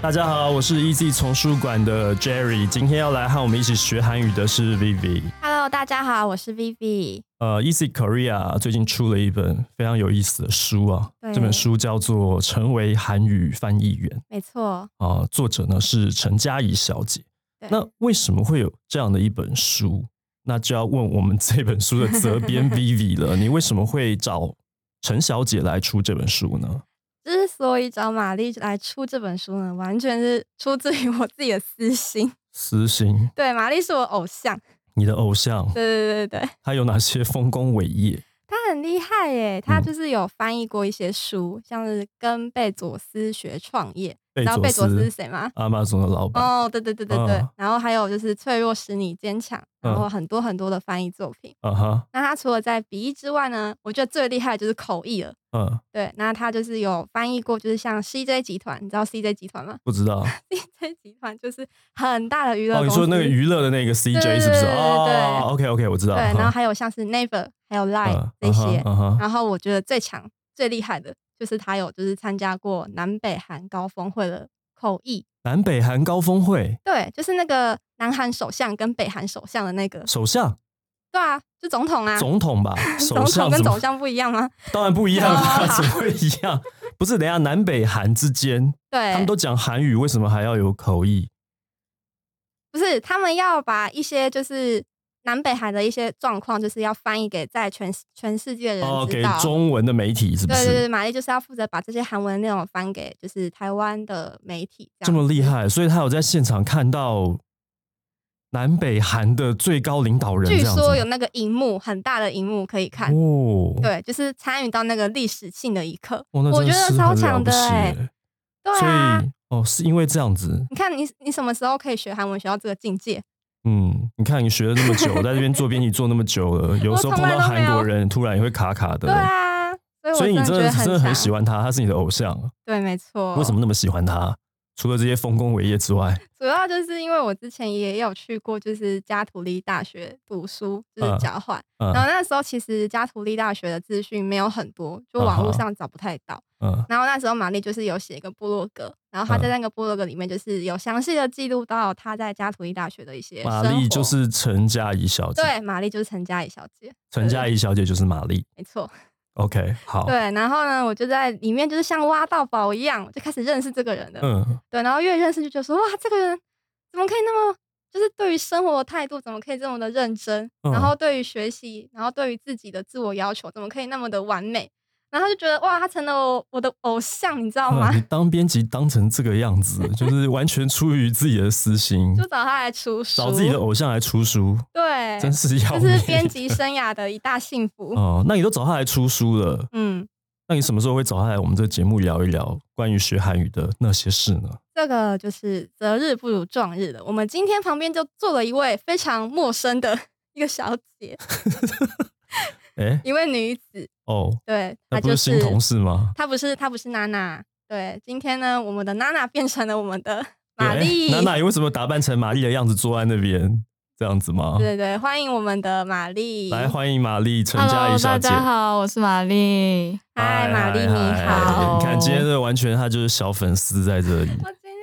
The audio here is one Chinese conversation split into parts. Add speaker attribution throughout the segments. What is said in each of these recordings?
Speaker 1: 大家好，我是 Easy 丛书馆的 Jerry，今天要来和我们一起学韩语的是 Vivi。
Speaker 2: Hello，大家好，我是 Vivi。
Speaker 1: 呃，Easy Korea 最近出了一本非常有意思的书啊，
Speaker 2: 对
Speaker 1: 这本书叫做《成为韩语翻译员》
Speaker 2: 没错，
Speaker 1: 啊、作者呢是陈嘉怡小姐。
Speaker 2: 对
Speaker 1: 那为什么会有这样的一本书？那就要问我们这本书的责 编 Vivi 了，你为什么会找陈小姐来出这本书呢？
Speaker 2: 之所以找玛丽来出这本书呢，完全是出自于我自己的私心。
Speaker 1: 私心，
Speaker 2: 对，玛丽是我偶像。
Speaker 1: 你的偶像
Speaker 2: 对对对对对，
Speaker 1: 她有哪些丰功伟业？
Speaker 2: 她很厉害耶，她
Speaker 1: 嗯
Speaker 2: 就是有翻译过一些书，像是跟贝佐斯学创业，
Speaker 1: 贝
Speaker 2: 你知道贝佐斯是
Speaker 1: 斯，
Speaker 2: 谁吗？
Speaker 1: 阿玛总的老板，
Speaker 2: 哦，对对对对对，
Speaker 1: 嗯
Speaker 2: 然后还有就是《脆弱使你坚强》，然
Speaker 1: 嗯
Speaker 2: 后很多很多的翻译作品。
Speaker 1: 啊哈，
Speaker 2: 那她除了在笔译之外呢，我觉得最厉害的就是口译了。
Speaker 1: 嗯，
Speaker 2: 对，那他就是有翻译过，就是像 CJ 集团，你知道 CJ 集团吗
Speaker 1: 不知道。
Speaker 2: ？CJ 集团就是很大的娱乐
Speaker 1: 哦，
Speaker 2: 公
Speaker 1: 你
Speaker 2: 司。
Speaker 1: 说那个娱乐的那个 CJ
Speaker 2: 对
Speaker 1: 是不是？
Speaker 2: 对对
Speaker 1: 哦，OK OK，我知道。
Speaker 2: 对，然后还有像是 Never，还有 Line、这些。
Speaker 1: 嗯哼，
Speaker 2: 然后我觉得最强、最厉害的就是他有就是参加过南北韩高峰会的口译，
Speaker 1: 南北韩高峰会
Speaker 2: 对，就是那个南韩首相跟北韩首相的那个，
Speaker 1: 首相、
Speaker 2: 对啊，就总统啊，
Speaker 1: 总统吧，首
Speaker 2: 总统
Speaker 1: 相
Speaker 2: 跟
Speaker 1: 怎
Speaker 2: 总
Speaker 1: 么
Speaker 2: 相不一样吗？
Speaker 1: 当然不一样啦，
Speaker 2: 哦
Speaker 1: 怎么会一样？不是，等一下南北韩之间，
Speaker 2: 对，
Speaker 1: 他们都讲韩语，为什么还要有口译？
Speaker 2: 不是，他们要把一些就是南北韩的一些状况，就是要翻译给在全全世界的人
Speaker 1: 哦，给
Speaker 2: 知道。
Speaker 1: 中文的媒体是不
Speaker 2: 对对
Speaker 1: 是？
Speaker 2: 对，玛丽就是要负责把这些韩文的内容翻给就是台湾的媒体，这
Speaker 1: 这
Speaker 2: 样。
Speaker 1: 么厉害，所以他有在现场看到南北韩的最高领导人，
Speaker 2: 据
Speaker 1: 这样子啊
Speaker 2: 说有那个荧幕很大的荧幕可以看，
Speaker 1: 哦，，
Speaker 2: 对，就是参与到那个历史性的一刻，
Speaker 1: 哦，那
Speaker 2: 我
Speaker 1: 真
Speaker 2: 觉
Speaker 1: 的
Speaker 2: 得
Speaker 1: 是
Speaker 2: 超
Speaker 1: 很了
Speaker 2: 强
Speaker 1: 不
Speaker 2: 的
Speaker 1: 起
Speaker 2: 哎、
Speaker 1: 耶。
Speaker 2: 对
Speaker 1: 所
Speaker 2: 啊。
Speaker 1: 以哦，是因为这样子，
Speaker 2: 你看你你什么时候可以学韩文学到这个境界？
Speaker 1: 嗯，你看你学了那么久， 在这边做编辑做那么久了，有
Speaker 2: 我
Speaker 1: 时候
Speaker 2: 从
Speaker 1: 碰
Speaker 2: 来
Speaker 1: 到
Speaker 2: 都没
Speaker 1: 韩国
Speaker 2: 有
Speaker 1: 人，突然也会卡卡的。
Speaker 2: 对啊，所以我
Speaker 1: 所以你
Speaker 2: 真
Speaker 1: 真
Speaker 2: 的觉
Speaker 1: 的
Speaker 2: 得
Speaker 1: 真的
Speaker 2: 很
Speaker 1: 很
Speaker 2: 强。
Speaker 1: 喜欢他，他是你的偶像。
Speaker 2: 对，没错。
Speaker 1: 为什么那么喜欢他？除了这些丰功伟业之外，
Speaker 2: 主要就是因为我之前也有去过，就是加图利大学读书，就是
Speaker 1: 嗯
Speaker 2: 交换。然
Speaker 1: 嗯
Speaker 2: 后那时候其实加图利大学的资讯没有很多，就网络上找不太到。
Speaker 1: 嗯
Speaker 2: 然后那时候玛丽就是有写一个部落格，然后她在那个部落格里面就是有详细的记录到她在加图利大学的一些生
Speaker 1: 玛
Speaker 2: 活。
Speaker 1: 丽就是陈嘉怡小姐，
Speaker 2: 对，玛丽就是陈嘉怡小姐，
Speaker 1: 陈嘉怡小姐就是玛丽。
Speaker 2: 没错。
Speaker 1: OK，好，
Speaker 2: 对，然后呢，我就在里面就是像挖到宝一样，我就开始认识这个人了。
Speaker 1: 嗯，
Speaker 2: 对，然后越认识就觉得说，哇，这个人怎么可以那么，就是对于生活的态度怎么可以这么的认真，
Speaker 1: 嗯
Speaker 2: 然后对于学习，然后对于自己的自我要求怎么可以那么的完美，然后就觉得哇，他成了我我的偶像，你知道吗
Speaker 1: 嗯？你当编辑当成这个样子，就是完全出于自己的私心
Speaker 2: 就，找他来出书，
Speaker 1: 找自己的偶像来出书，
Speaker 2: 对，
Speaker 1: 真是要
Speaker 2: 这
Speaker 1: 命
Speaker 2: 是编辑生涯的一大幸福。
Speaker 1: 哦。那你都找他来出书了，
Speaker 2: 嗯，
Speaker 1: 那你什么时候会找他来我们这个节目聊一聊关于学韩语的那些事呢？
Speaker 2: 这个就是择日不如撞日了。我们今天旁边就坐了一位非常陌生的 一个小姐，
Speaker 1: 哎、
Speaker 2: 一位女子，
Speaker 1: 哦，
Speaker 2: 对，
Speaker 1: 那
Speaker 2: 她
Speaker 1: 不
Speaker 2: 就是
Speaker 1: 新同事吗？
Speaker 2: 她不是她不是娜娜，对，今天呢，我们的娜娜变成了我们的
Speaker 1: 对哎
Speaker 2: 玛丽，
Speaker 1: 娜娜，你为什么打扮成玛丽的样子坐在那边？这样子吗？
Speaker 2: 对对对，欢迎我们的玛丽，
Speaker 1: 来，欢迎玛丽陈嘉
Speaker 3: Hello，
Speaker 1: 怡小
Speaker 3: 大
Speaker 1: 姐。
Speaker 3: 家好，我是玛丽。
Speaker 2: 嗨，玛丽你
Speaker 1: 嗨
Speaker 2: 好，
Speaker 1: 你看今天这完全她就是小粉丝在这里，
Speaker 2: 我今天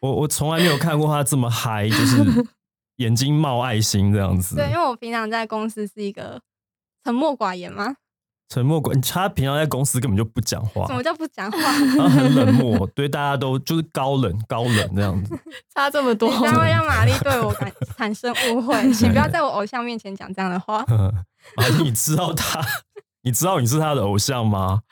Speaker 1: 我我从来没有看过她这么嗨，就是眼睛冒爱心这样子。
Speaker 2: 对，因为我平常在公司是一个沉默寡言吗？
Speaker 1: 沉默寡，她平常在公司根本就不讲话
Speaker 2: 什，么叫不讲话？
Speaker 1: 她很冷漠，对大家都就是高冷高冷这样子。
Speaker 3: 差这么多，
Speaker 2: 你 将会让玛丽对我感产生误会，请不要在我偶像面前讲这样的 话。
Speaker 1: 玛啊丽，你知道她，你知道你是她的偶像吗？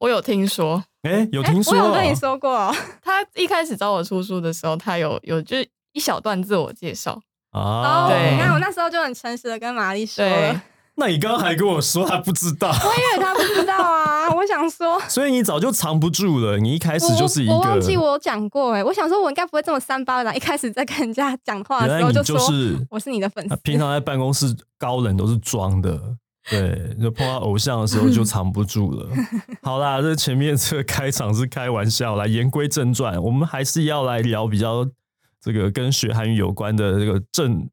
Speaker 3: 我有听说，
Speaker 1: 哎、有听说、
Speaker 2: 我有跟你说过哦，
Speaker 3: 他一开始找我出书的时候，他有有就是一小段自我介绍，
Speaker 1: 啊，
Speaker 2: 哦，
Speaker 3: 对
Speaker 2: 你看我那时候就很诚实的跟玛丽说
Speaker 3: 对
Speaker 2: 了，，
Speaker 1: 那你刚刚还跟我说他不知道，
Speaker 2: 因为他不知道啊，我想说。
Speaker 1: 所以你早就藏不住了。你一开始
Speaker 2: 我
Speaker 1: 就是一个，
Speaker 2: 我忘记我有讲过哎、我想说我应该不会这么三八的。一开始在跟人家讲话的
Speaker 1: 原
Speaker 2: 时
Speaker 1: 来
Speaker 2: 候
Speaker 1: 你
Speaker 2: 说、
Speaker 1: 是啊
Speaker 2: 我是你的粉丝，
Speaker 1: 平常在办公室高冷都是装的，对，就碰到偶像的时候就藏不住了。好啦，这前面这个开场是开玩笑啦，言归正传，我们还是要来聊比较这个跟学韩语有关的这个正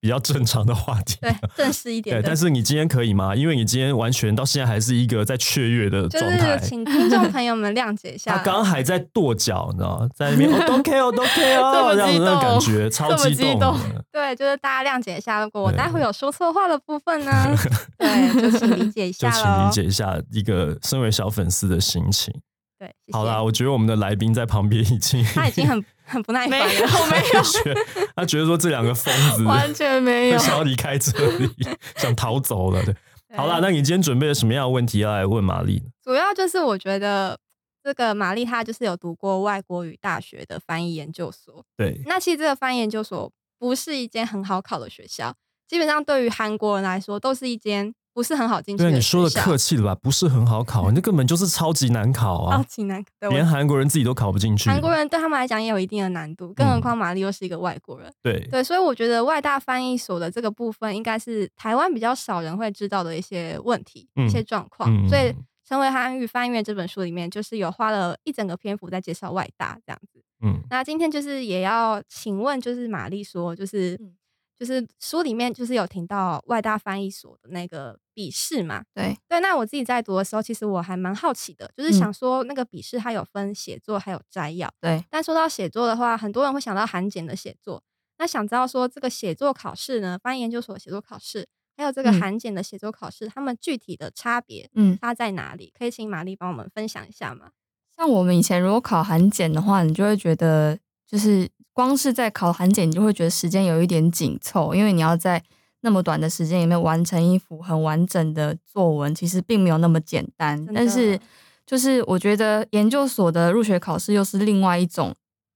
Speaker 1: 比较正常的话题。
Speaker 2: 对，正式一点
Speaker 1: 对，
Speaker 2: 的。
Speaker 1: 但是你今天可以吗？因为你今天完全到现在还是一个在雀跃的
Speaker 2: 就
Speaker 1: 状态
Speaker 2: 是。请听众朋友们谅解一
Speaker 1: 他
Speaker 2: 下。
Speaker 1: 刚刚还在跺脚，你知道吗？在那边哦，OK 哦，OK 哦，这
Speaker 3: 这么
Speaker 1: 样子
Speaker 3: 激动
Speaker 1: 的感觉超
Speaker 3: 这么
Speaker 1: 激
Speaker 3: 激
Speaker 1: 动
Speaker 3: 动
Speaker 1: 的。
Speaker 2: 对，就是大家谅解一下，如果我
Speaker 1: 对
Speaker 2: 待会有说错话的部分 呢，对，就请理解一
Speaker 1: 就
Speaker 2: 下
Speaker 1: 请
Speaker 2: 喽
Speaker 1: 理。解一下一个身为小粉丝的心情。
Speaker 2: 对，谢谢哎
Speaker 1: 好啦，，我觉得我们的来宾在旁边已经
Speaker 2: 他已经很很不耐
Speaker 3: 没
Speaker 2: 烦
Speaker 3: 有
Speaker 2: 了。
Speaker 3: 没有，
Speaker 1: 觉得他觉得说这两个疯子
Speaker 3: 完全没有
Speaker 1: 很。想要离开这里，想逃走了。对，
Speaker 2: 对
Speaker 1: 好啦，那你今天准备了什么样的问题要来问玛丽呢？
Speaker 2: 主要就是我觉得这个玛丽她就是有读过外国语大学的翻译研究所，
Speaker 1: 对，
Speaker 2: 那其实这个翻译研究所不是一间很好考的学校，基本上对于韩国人来说都是一间不是很好进去
Speaker 1: 对，啊
Speaker 2: 的
Speaker 1: 你说的
Speaker 2: 学校
Speaker 1: 客气了吧？不是很好考，那根本就是超级难考
Speaker 2: 哦
Speaker 1: 啊，，
Speaker 2: 挺难对
Speaker 1: 连
Speaker 2: 我
Speaker 1: 韩国人自己都考不进去。嗯
Speaker 2: 韩国人对他们来讲也有一定的难度，更何况玛丽又是一个外国人。
Speaker 1: 对，
Speaker 2: 对，所以我觉得外大翻译所的这个部分，应该是台湾比较少人会知道的一些问题、
Speaker 1: 嗯
Speaker 2: 一些状况。
Speaker 1: 嗯
Speaker 2: 所以《成为韩语翻译员》这本书里面，就是有花了一整个篇幅在介绍外大这样子。
Speaker 1: 嗯，
Speaker 2: 那今天就是也要请问，就是玛丽说，就是、
Speaker 3: 嗯
Speaker 2: 就是书里面就是有提到外大翻译所的那个笔试嘛？
Speaker 3: 对，
Speaker 2: 对，那我自己在读的时候，其实我还蛮好奇的，就是
Speaker 3: 嗯
Speaker 2: 想说那个笔试它有分写作还有摘要。
Speaker 3: 对，
Speaker 2: 但说到写作的话，很多人会想到韩检的写作。那想知道说这个写作考试呢，翻译研究所的写作考试，还有这个
Speaker 3: 嗯
Speaker 2: 韩检的写作考试，他们具体的差别
Speaker 3: 嗯，
Speaker 2: 差在哪里？可以请玛丽帮我们分享一下吗？
Speaker 3: 像我们以前如果考韩检的话，你就会觉得，就是光是在考韩检，你就会觉得时间有一点紧凑，因为你要在那么短的时间里面完成一幅很完整的作文，其实并没有那么简单
Speaker 2: 真。的
Speaker 3: 但是，就是我觉得研究所的入学考试又是另外一种，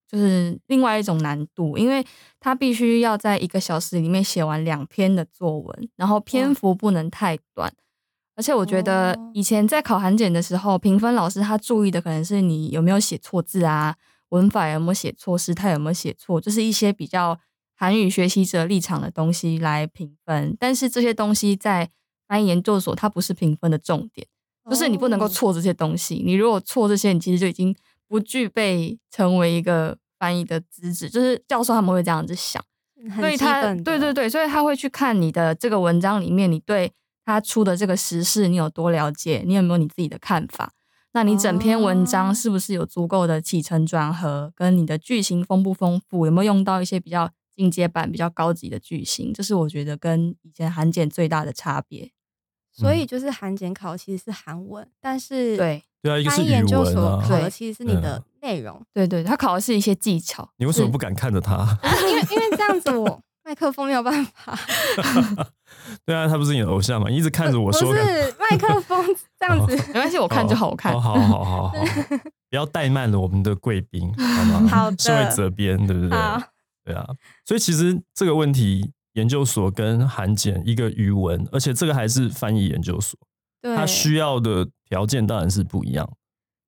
Speaker 3: 就是另外一种难度，因为它必须要在一个小时里面写完两篇的作文，然后篇幅不能太短。而且我觉得
Speaker 2: 哦
Speaker 3: 以前在考韩检的时候，评分老师他注意的可能是你有没有写错字啊，文法有没有写错，时态有没有写错，就是一些比较韩语学习者立场的东西来评分。但是这些东西在翻译研究所，它不是评分的重点，就是你不
Speaker 2: 哦
Speaker 3: 能够错这些东西。你如果错这些，你其实就已经不具备成为一个翻译的资质。就是教授他们会这样子想。
Speaker 2: 哦，
Speaker 3: 所
Speaker 2: 很
Speaker 3: 以
Speaker 2: 基
Speaker 3: 他
Speaker 2: 本的
Speaker 3: 对对对，所以他会去看你的这个文章里面，你对他出的这个时事你有多了解，你有没有你自己的看法？那你整篇文
Speaker 2: 哦
Speaker 3: 章是不是有足够的起承转合，跟你的句型丰不丰富，有没有用到一些比较进阶版、比较高级的句型？这是我觉得跟以前韩检最大的差别。
Speaker 2: 所以就是韩检考其实是韩文，但是
Speaker 3: 嗯对
Speaker 1: 对啊，一个是
Speaker 2: 翻译
Speaker 1: 语
Speaker 2: 研究
Speaker 1: 文
Speaker 2: 所
Speaker 1: 啊
Speaker 2: 考，的
Speaker 3: 对
Speaker 2: 其实是你的内容，
Speaker 3: 对对，他考的是一些技巧。
Speaker 1: 你为什么
Speaker 3: 是
Speaker 1: 不敢看着他？
Speaker 2: 因为因为这样子我麦克风没有办法，
Speaker 1: 对啊，他不是你的偶像嘛？你一直看着我
Speaker 2: 不
Speaker 1: 说，干
Speaker 2: 是麦克风 这样子。
Speaker 3: 没关系，我看就好，我看
Speaker 1: 哦。好好好好，好不要怠慢了我们的贵宾，好吗？
Speaker 2: 好的
Speaker 1: 身为责编，对不对？
Speaker 2: 好，
Speaker 1: 对啊，所以其实这个问题，研究所跟韩检一个语文，而且这个还是翻译研究所，
Speaker 2: 对，
Speaker 1: 它需要的条件当然是不一样。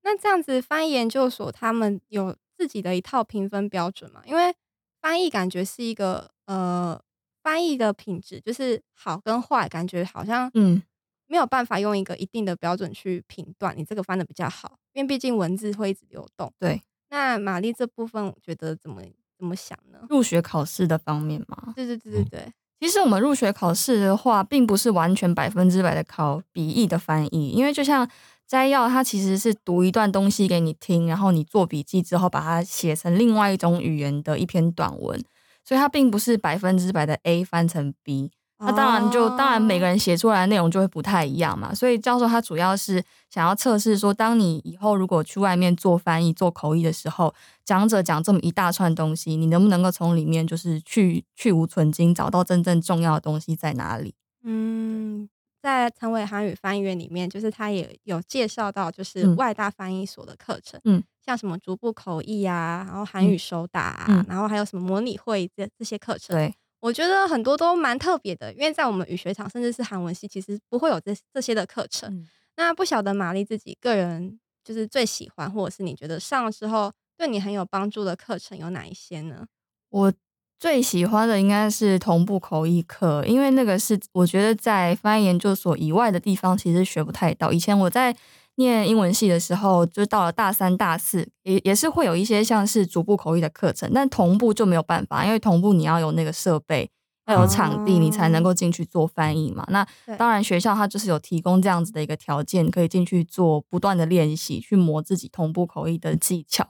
Speaker 2: 那这样子，翻译研究所他们有自己的一套评分标准吗？因为翻译感觉是一个呃，翻译的品质就是好跟坏，感觉好像
Speaker 3: 嗯，
Speaker 2: 没有办法用一个一定的标准去评断你这个翻的比较好，因为毕竟文字会一直流动。
Speaker 3: 对，
Speaker 2: 那玛丽这部分觉得怎么怎么想呢？
Speaker 3: 入学考试的方面嘛，
Speaker 2: 对对
Speaker 3: 哦
Speaker 2: 对对对，
Speaker 3: 其实我们入学考试的话，并不是完全百分之百的考笔译的翻译，因为就像摘要，它其实是读一段东西给你听，然后你做笔记之后，把它写成另外一种语言的一篇短文，所以它并不是百分之百的 A 翻成 B。那当然就当然每个
Speaker 2: 人
Speaker 3: 人写出来的内容就会不太一样嘛，所以教授他主要是想要测试说，当你以后如果去外面做翻译、做口译的时候，讲者讲这么一大串东西，你能不能够从里面就是去去无存精，找到真正重要的东西在哪里？
Speaker 2: 嗯。在成为韩语翻译员里面，就是他也有介绍到，就是
Speaker 3: 嗯
Speaker 2: 外大翻译所的课程，
Speaker 3: 嗯，
Speaker 2: 像什么逐步口译啊，然后韩语手打啊，
Speaker 3: 嗯
Speaker 2: 然后还有什么模拟会这这些课程，
Speaker 3: 对，
Speaker 2: 我觉得很多都蛮特别的，因为在我们语学堂甚至是韩文系，其实不会有这这些的课程。
Speaker 3: 嗯
Speaker 2: 那不晓得玛丽自己个人就是最喜欢，或者是你觉得上了之后对你很有帮助的课程有哪一些呢？
Speaker 3: 我最喜欢的应该是同步口译课，因为那个是我觉得在翻译研究所以外的地方其实学不太到。以前我在念英文系的时候，就到了大三、大四，也也是会有一些像是逐步口译的课程，但同步就没有办法，因为同步你要有那个设备。要有场地，
Speaker 2: 哦
Speaker 3: 你才能够进去做翻译嘛。那
Speaker 2: 对
Speaker 3: 当然，学校它就是有提供这样子的一个条件，可以进去做不断的练习，去磨自己同步口译的技巧。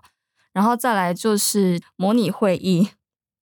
Speaker 3: 然后再来就是模拟会议，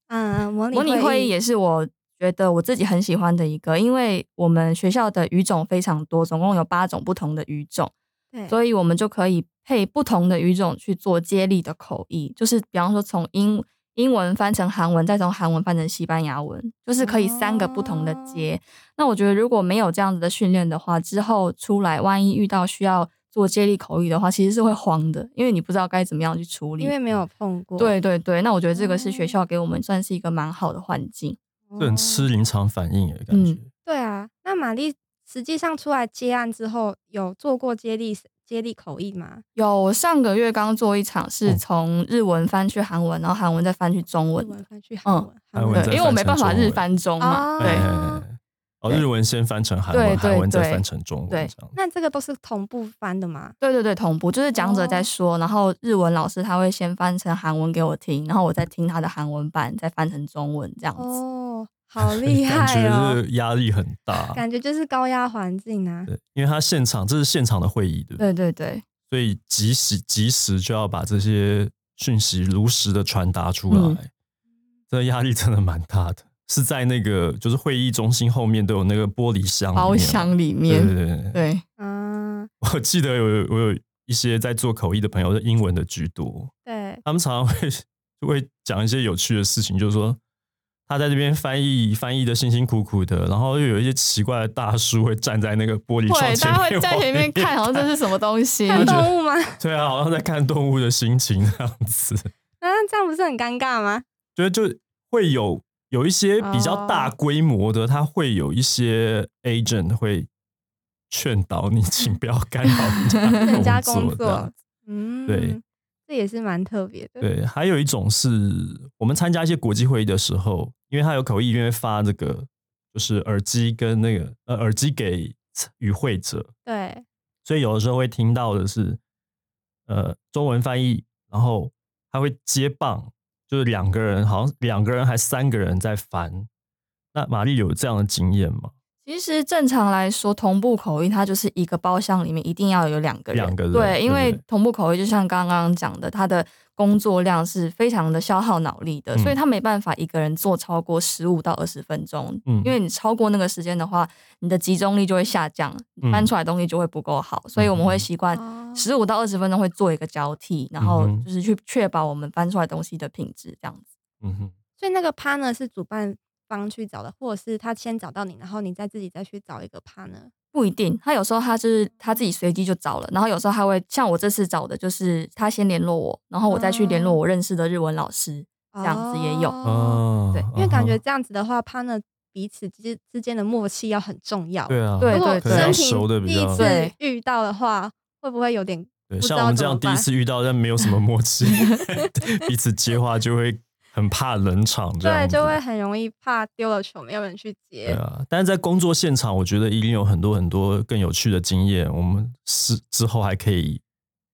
Speaker 2: 嗯，模拟
Speaker 3: 模拟会议
Speaker 2: 议
Speaker 3: 也是我觉得我自己很喜欢的一个，因为我们学校的语种非常多，总共有八种不同的语种，
Speaker 2: 对，
Speaker 3: 所以我们就可以配不同的语种去做接力的口译，就是比方说从英英文翻成韩文，再从韩文翻成西班牙文，就是可以三个不同的
Speaker 2: 哦
Speaker 3: 接。那我觉得如果没有这样子的训练的话，之后出来万一遇到需要做接力口译的话，其实是会慌的，因为你不知道该怎么样去处理
Speaker 2: 因。为没有碰过，
Speaker 3: 对对对，那我觉得这个是
Speaker 2: 哦
Speaker 3: 学校给我们算是一个蛮好的环境。
Speaker 1: 这很吃
Speaker 2: 哦
Speaker 1: 临场反应的感觉。
Speaker 2: 对啊，那玛丽实际上出来接案之后，有做过接力接力口译吗？
Speaker 3: 有，我上个月刚做一场，
Speaker 1: 哦
Speaker 3: 是从日文翻去韩文，然后韩文再翻去中
Speaker 2: 日
Speaker 3: 文
Speaker 2: 文
Speaker 3: 的。
Speaker 2: 翻去韩文，韩
Speaker 1: 韩文
Speaker 3: 对
Speaker 1: 再，翻
Speaker 3: 因为我没办法
Speaker 1: 成中文
Speaker 3: 日翻中嘛。
Speaker 2: 哦
Speaker 1: 哎
Speaker 3: 对
Speaker 1: 哎哎哦，
Speaker 3: 对
Speaker 1: 日文先翻成韩
Speaker 3: 对
Speaker 1: 文，
Speaker 3: 对
Speaker 1: 韩文再
Speaker 3: 对
Speaker 1: 翻成中文，
Speaker 3: 对
Speaker 1: 这样
Speaker 2: 那这个都是同步翻的吗？
Speaker 3: 对对对，同步就是讲者
Speaker 2: 哦
Speaker 3: 在说，然后日文老师他会先翻成韩文给我听，然后我再听他的韩文版，再翻成中文这样子。
Speaker 2: 哦，好厉
Speaker 1: 感
Speaker 2: 害
Speaker 1: 觉
Speaker 2: 哦！
Speaker 1: 是压力很大。
Speaker 2: 感觉就是高压环境啊，
Speaker 1: 对，因为他现场这是现场的会议，对不对？
Speaker 3: 对对对，
Speaker 1: 所以及时及时就要把这些讯息如实的传达出
Speaker 3: 嗯
Speaker 1: 来，这压力真的蛮大的。是在那个就是会议中心后面都有那个玻璃箱里面嘛
Speaker 3: 包厢里
Speaker 1: 对对
Speaker 3: 面，
Speaker 1: 对对对。
Speaker 3: 对
Speaker 2: 啊，
Speaker 1: 我记得有我有一些在做口译的朋友，是英文的居多，
Speaker 2: 对，
Speaker 1: 他们常常会就会讲一些有趣的事情，就是说他在这边翻译翻译的辛辛苦苦的，然后又有一些奇怪的大叔会站在那个玻璃窗
Speaker 3: 会，
Speaker 1: 前
Speaker 3: 大家
Speaker 1: 面，
Speaker 3: 会在前面看，好像这是什么东西。
Speaker 2: 看动物吗？
Speaker 1: 对啊，好像在看动物的心情这样子，
Speaker 2: 啊，这样不是很尴尬吗？
Speaker 1: 觉得就会有有一些比较大规模的，他会有一些 agent 会劝导你，请不要干扰
Speaker 2: 人
Speaker 1: 人
Speaker 2: 家
Speaker 1: 家
Speaker 2: 工
Speaker 1: 工作这样
Speaker 2: 作，嗯，
Speaker 1: 对，
Speaker 2: 这也是蛮特别的，
Speaker 1: 对，还有一种是我们参加一些国际会议的时候，因为它有口译，因为发这个就是耳机跟那个呃耳机给与会者，
Speaker 2: 对，
Speaker 1: 所以有的时候会听到的是呃中文翻译，然后他会接棒，就是两个人好像两个人还三个人在翻。那玛丽有这样的经验吗？
Speaker 3: 其实正常来说，同步口译它就是一个包厢里面一定要有两个人，
Speaker 1: 两个人对
Speaker 3: 对，因为
Speaker 1: 对
Speaker 3: 同步口译就像刚刚讲的，他的工作量是非常的消耗脑力的，
Speaker 1: 嗯
Speaker 3: 所以他没办法一个人做超过十五到二十分钟，
Speaker 1: 嗯
Speaker 3: 因为你超过那个时间的话，你的集中力就会下降，
Speaker 1: 嗯
Speaker 3: 翻出来的东西就会不够好，所以我们会习惯
Speaker 2: 哦
Speaker 3: 十五到二十分钟会做一个交替，然后
Speaker 1: 嗯哼
Speaker 3: 就是去确保我们翻出来的东西的品质这样子。
Speaker 1: 嗯哼，
Speaker 2: 所以那个 partner 是主办方去找的，或者是他先找到你，然后你再自己再去找一个 partner。
Speaker 3: 不一定，他有时候他就是他自己随机就找了，然后有时候他会像我这次找的，就是他先联络我，然后我再去联络我认识的日文老师。这样子也有
Speaker 1: 嗯
Speaker 2: 哦，
Speaker 3: 对
Speaker 2: 因为感
Speaker 1: 啊
Speaker 2: 觉这样子的话，partner 彼此之之间的默契要很重要。，
Speaker 1: 对啊，
Speaker 3: 对
Speaker 2: 如果
Speaker 1: 可能要
Speaker 2: 生
Speaker 1: 熟的
Speaker 2: 平
Speaker 1: 比
Speaker 2: 第一
Speaker 1: 较
Speaker 2: 次
Speaker 3: 对
Speaker 2: 遇到的话，会不会有点
Speaker 1: 对，
Speaker 2: 不知
Speaker 1: 像
Speaker 2: 道
Speaker 1: 我们
Speaker 2: 怎
Speaker 1: 这
Speaker 2: 么
Speaker 1: 样第一
Speaker 2: 办
Speaker 1: 次遇到，但没有什么默 契，彼此接话就会很怕冷场，这样
Speaker 2: 对，
Speaker 1: 子
Speaker 2: 就会很容易怕丢了球没有人去
Speaker 1: 对
Speaker 2: 接。
Speaker 1: 啊。但是在工作现场，我觉得一定有很多很多更有趣的经验，我们是之后还可以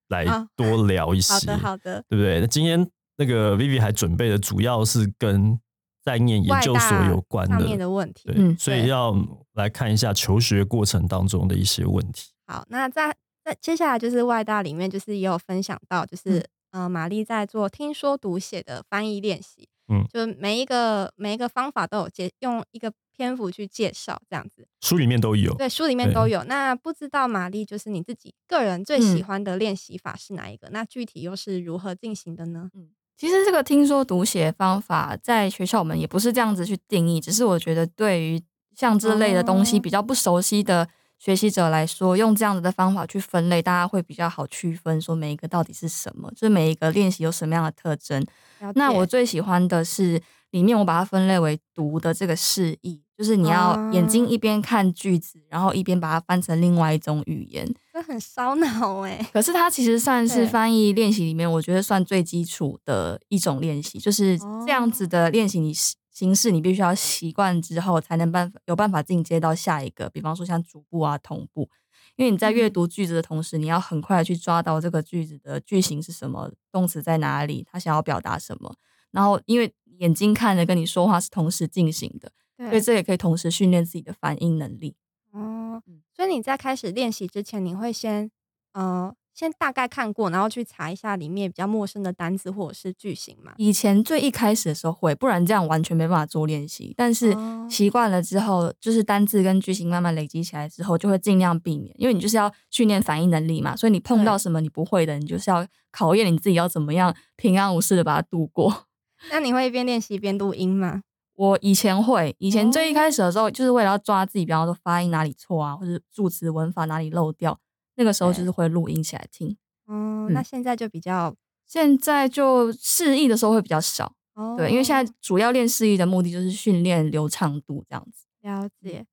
Speaker 1: 来
Speaker 2: 啊
Speaker 1: 多聊一
Speaker 2: 好
Speaker 1: 些，
Speaker 2: 的，好的，
Speaker 1: 对不对？那今天那个 Vivi 还准备的主要是跟在念研
Speaker 2: 外
Speaker 1: 究所
Speaker 2: 大
Speaker 1: 有关
Speaker 2: 上
Speaker 1: 的，
Speaker 2: 面的问题
Speaker 1: 对，。
Speaker 3: 嗯
Speaker 1: 所
Speaker 2: 对
Speaker 1: 以要来看一下求学过程当中的一些问题。
Speaker 2: 好，那在在接下来就是外大里面，就是也有分享到，
Speaker 1: 嗯
Speaker 2: 就是、呃，玛丽在做听说读写的翻译练习，
Speaker 1: 嗯
Speaker 2: 就是每一个每一个方法都有介用一个篇幅去介绍这样子，
Speaker 1: 书里面都有，
Speaker 2: 对，书里面
Speaker 1: 对
Speaker 2: 都有。那不知道玛丽就是你自己个人最喜
Speaker 3: 嗯
Speaker 2: 欢的练习法是哪一个？那具体又是如何进行的呢？
Speaker 3: 其实这个听说读写方法在学校我们也不是这样子去定义，只是我觉得对于像这类的东西
Speaker 2: 哦
Speaker 3: 比较不熟悉的学习者来说，用这样子的方法去分类，大家会比较好区分说每一个到底是什么，就是每一个练习有什么样的特征。
Speaker 2: 了
Speaker 3: 那
Speaker 2: 解
Speaker 3: 我最喜欢的是里面我把它分类为读的这个释义，就是你要
Speaker 2: 啊
Speaker 3: 眼睛一边看句子，然后一边把它翻成另外一种语言。
Speaker 2: 这很烧脑 哎。
Speaker 3: 可是它其实算是
Speaker 2: 对
Speaker 3: 翻译练习里面，我觉得算最基础的一种练习，就是这样子
Speaker 2: 哦
Speaker 3: 的练习，你是形式你必须要习惯之后，才能办法有办法进阶到下一个，比方说像逐步啊、同步。因为你在
Speaker 2: 嗯
Speaker 3: 阅读句子的同时，你要很快地去抓到这个句子的句型是什么，动词在哪里，它想要表达什么。然后，因为眼睛看着跟你说话是同时进行的，所以
Speaker 2: 对，
Speaker 3: 这也可以同时训练自己的反应能力。
Speaker 2: 哦，
Speaker 3: 嗯
Speaker 2: 所以你在开始练习之前，你会先呃先大概看过，然后去查一下里面比较陌生的单词或者是句型嘛？
Speaker 3: 以前最一开始的时候会，不然这样完全没办法做练习。但是
Speaker 2: 哦
Speaker 3: 习惯了之后，就是单字跟句型慢慢累积起来之后，就会尽量避免，因为你就是要训练反应能力嘛。所以你碰
Speaker 2: 对
Speaker 3: 到什么你不会的，你就是要考验你自己要怎么样平安无事的把它度过。
Speaker 2: 那你会一边练习一边录音吗？
Speaker 3: 我以前会，以前
Speaker 2: 哦
Speaker 3: 最一开始的时候，就是为了要抓自己，比方说发音哪里错啊，或者助词文法哪里漏掉，那个时候就是会录音起来听。
Speaker 2: 哦，
Speaker 3: 嗯
Speaker 2: 那现在就比较
Speaker 3: 现在就示意的时候会比较少，
Speaker 2: 哦，
Speaker 3: 对，因为现在主要练示意的目的就是训练流畅度这样子。
Speaker 2: 哦了解。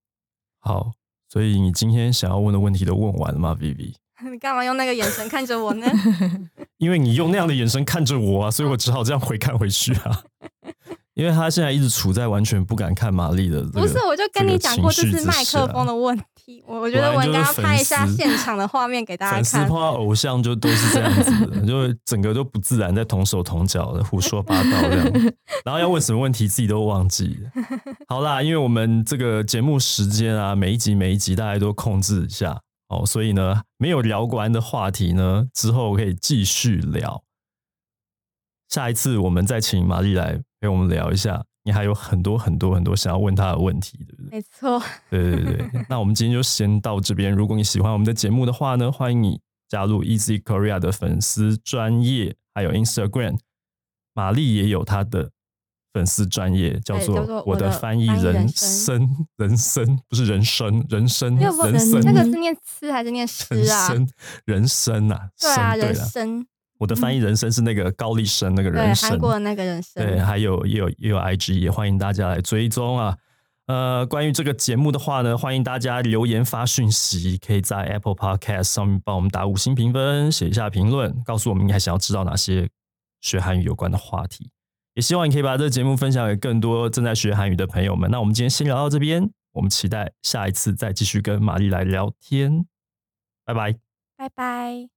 Speaker 1: 好，所以你今天想要问的问题都问完了吗，Vivi？
Speaker 2: 你干嘛用那个眼神看着我呢？
Speaker 1: 因为你用那样的眼神看着我啊，所以我只好这样回看回去啊。因为他现在一直处在完全不敢看玛丽的、这个
Speaker 2: 不是，我就跟你讲过，这
Speaker 1: 个情绪
Speaker 2: 是麦
Speaker 1: 之下
Speaker 2: 克风的问题。我我觉得
Speaker 1: 果
Speaker 2: 我
Speaker 1: 然
Speaker 2: 应
Speaker 1: 就是
Speaker 2: 该要拍一下
Speaker 1: 粉丝
Speaker 2: 现场的画面给大
Speaker 1: 粉
Speaker 2: 家
Speaker 1: 丝
Speaker 2: 看
Speaker 1: 碰。到偶像就都是这样子 的，就整个都不自然，在同手同脚的胡说八道这样，然后要问什么问题自己都忘记了。好啦，因为我们这个节目时间啊，每一集每一集大家都控制一下哦，所以呢，没有聊完的话题呢，之后可以继续聊。下一次我们再请玛丽来陪我们聊一下，你还有很多很多很多想要问她的问题，对不对？
Speaker 2: 没错，
Speaker 1: 对对对，对那我们今天就先到这边。如果你喜欢我们的节目的话呢，欢迎你加入 Easy Korea 的粉丝专业，还有 Instagram。玛丽也有她的粉丝专业，叫
Speaker 2: 叫
Speaker 1: 做
Speaker 2: 做
Speaker 1: “
Speaker 2: 我
Speaker 1: 的
Speaker 2: 的
Speaker 1: 翻译
Speaker 2: 翻译
Speaker 1: 人
Speaker 2: 人
Speaker 1: 生”，人生不是人生，人生
Speaker 2: 因为我
Speaker 1: 人生
Speaker 2: 那个是念吃还是念
Speaker 1: 人
Speaker 2: 诗啊？
Speaker 1: 生人生啊，
Speaker 2: 对啊，
Speaker 1: 生对
Speaker 2: 人
Speaker 1: 啦
Speaker 2: 生，嗯
Speaker 1: 我的翻译人生是那个高丽生那个
Speaker 2: 对
Speaker 1: 人生，
Speaker 2: 韩国的那个人生。
Speaker 1: 对，还啊有也有也有 IG，也欢迎大家来追踪啊。呃，关于这个节目的话呢，欢迎大家留言发讯息，可以在 Apple Podcast 上面帮我们打五星评分，写一下评论，告诉我们你还想要知道哪些学韩语有关的话题。也希望你可以把这个节目分享给更多正在学韩语的朋友们。那我们今天先聊到这边，我们期待下一次再继续跟玛丽来聊天。拜拜。
Speaker 2: 拜拜。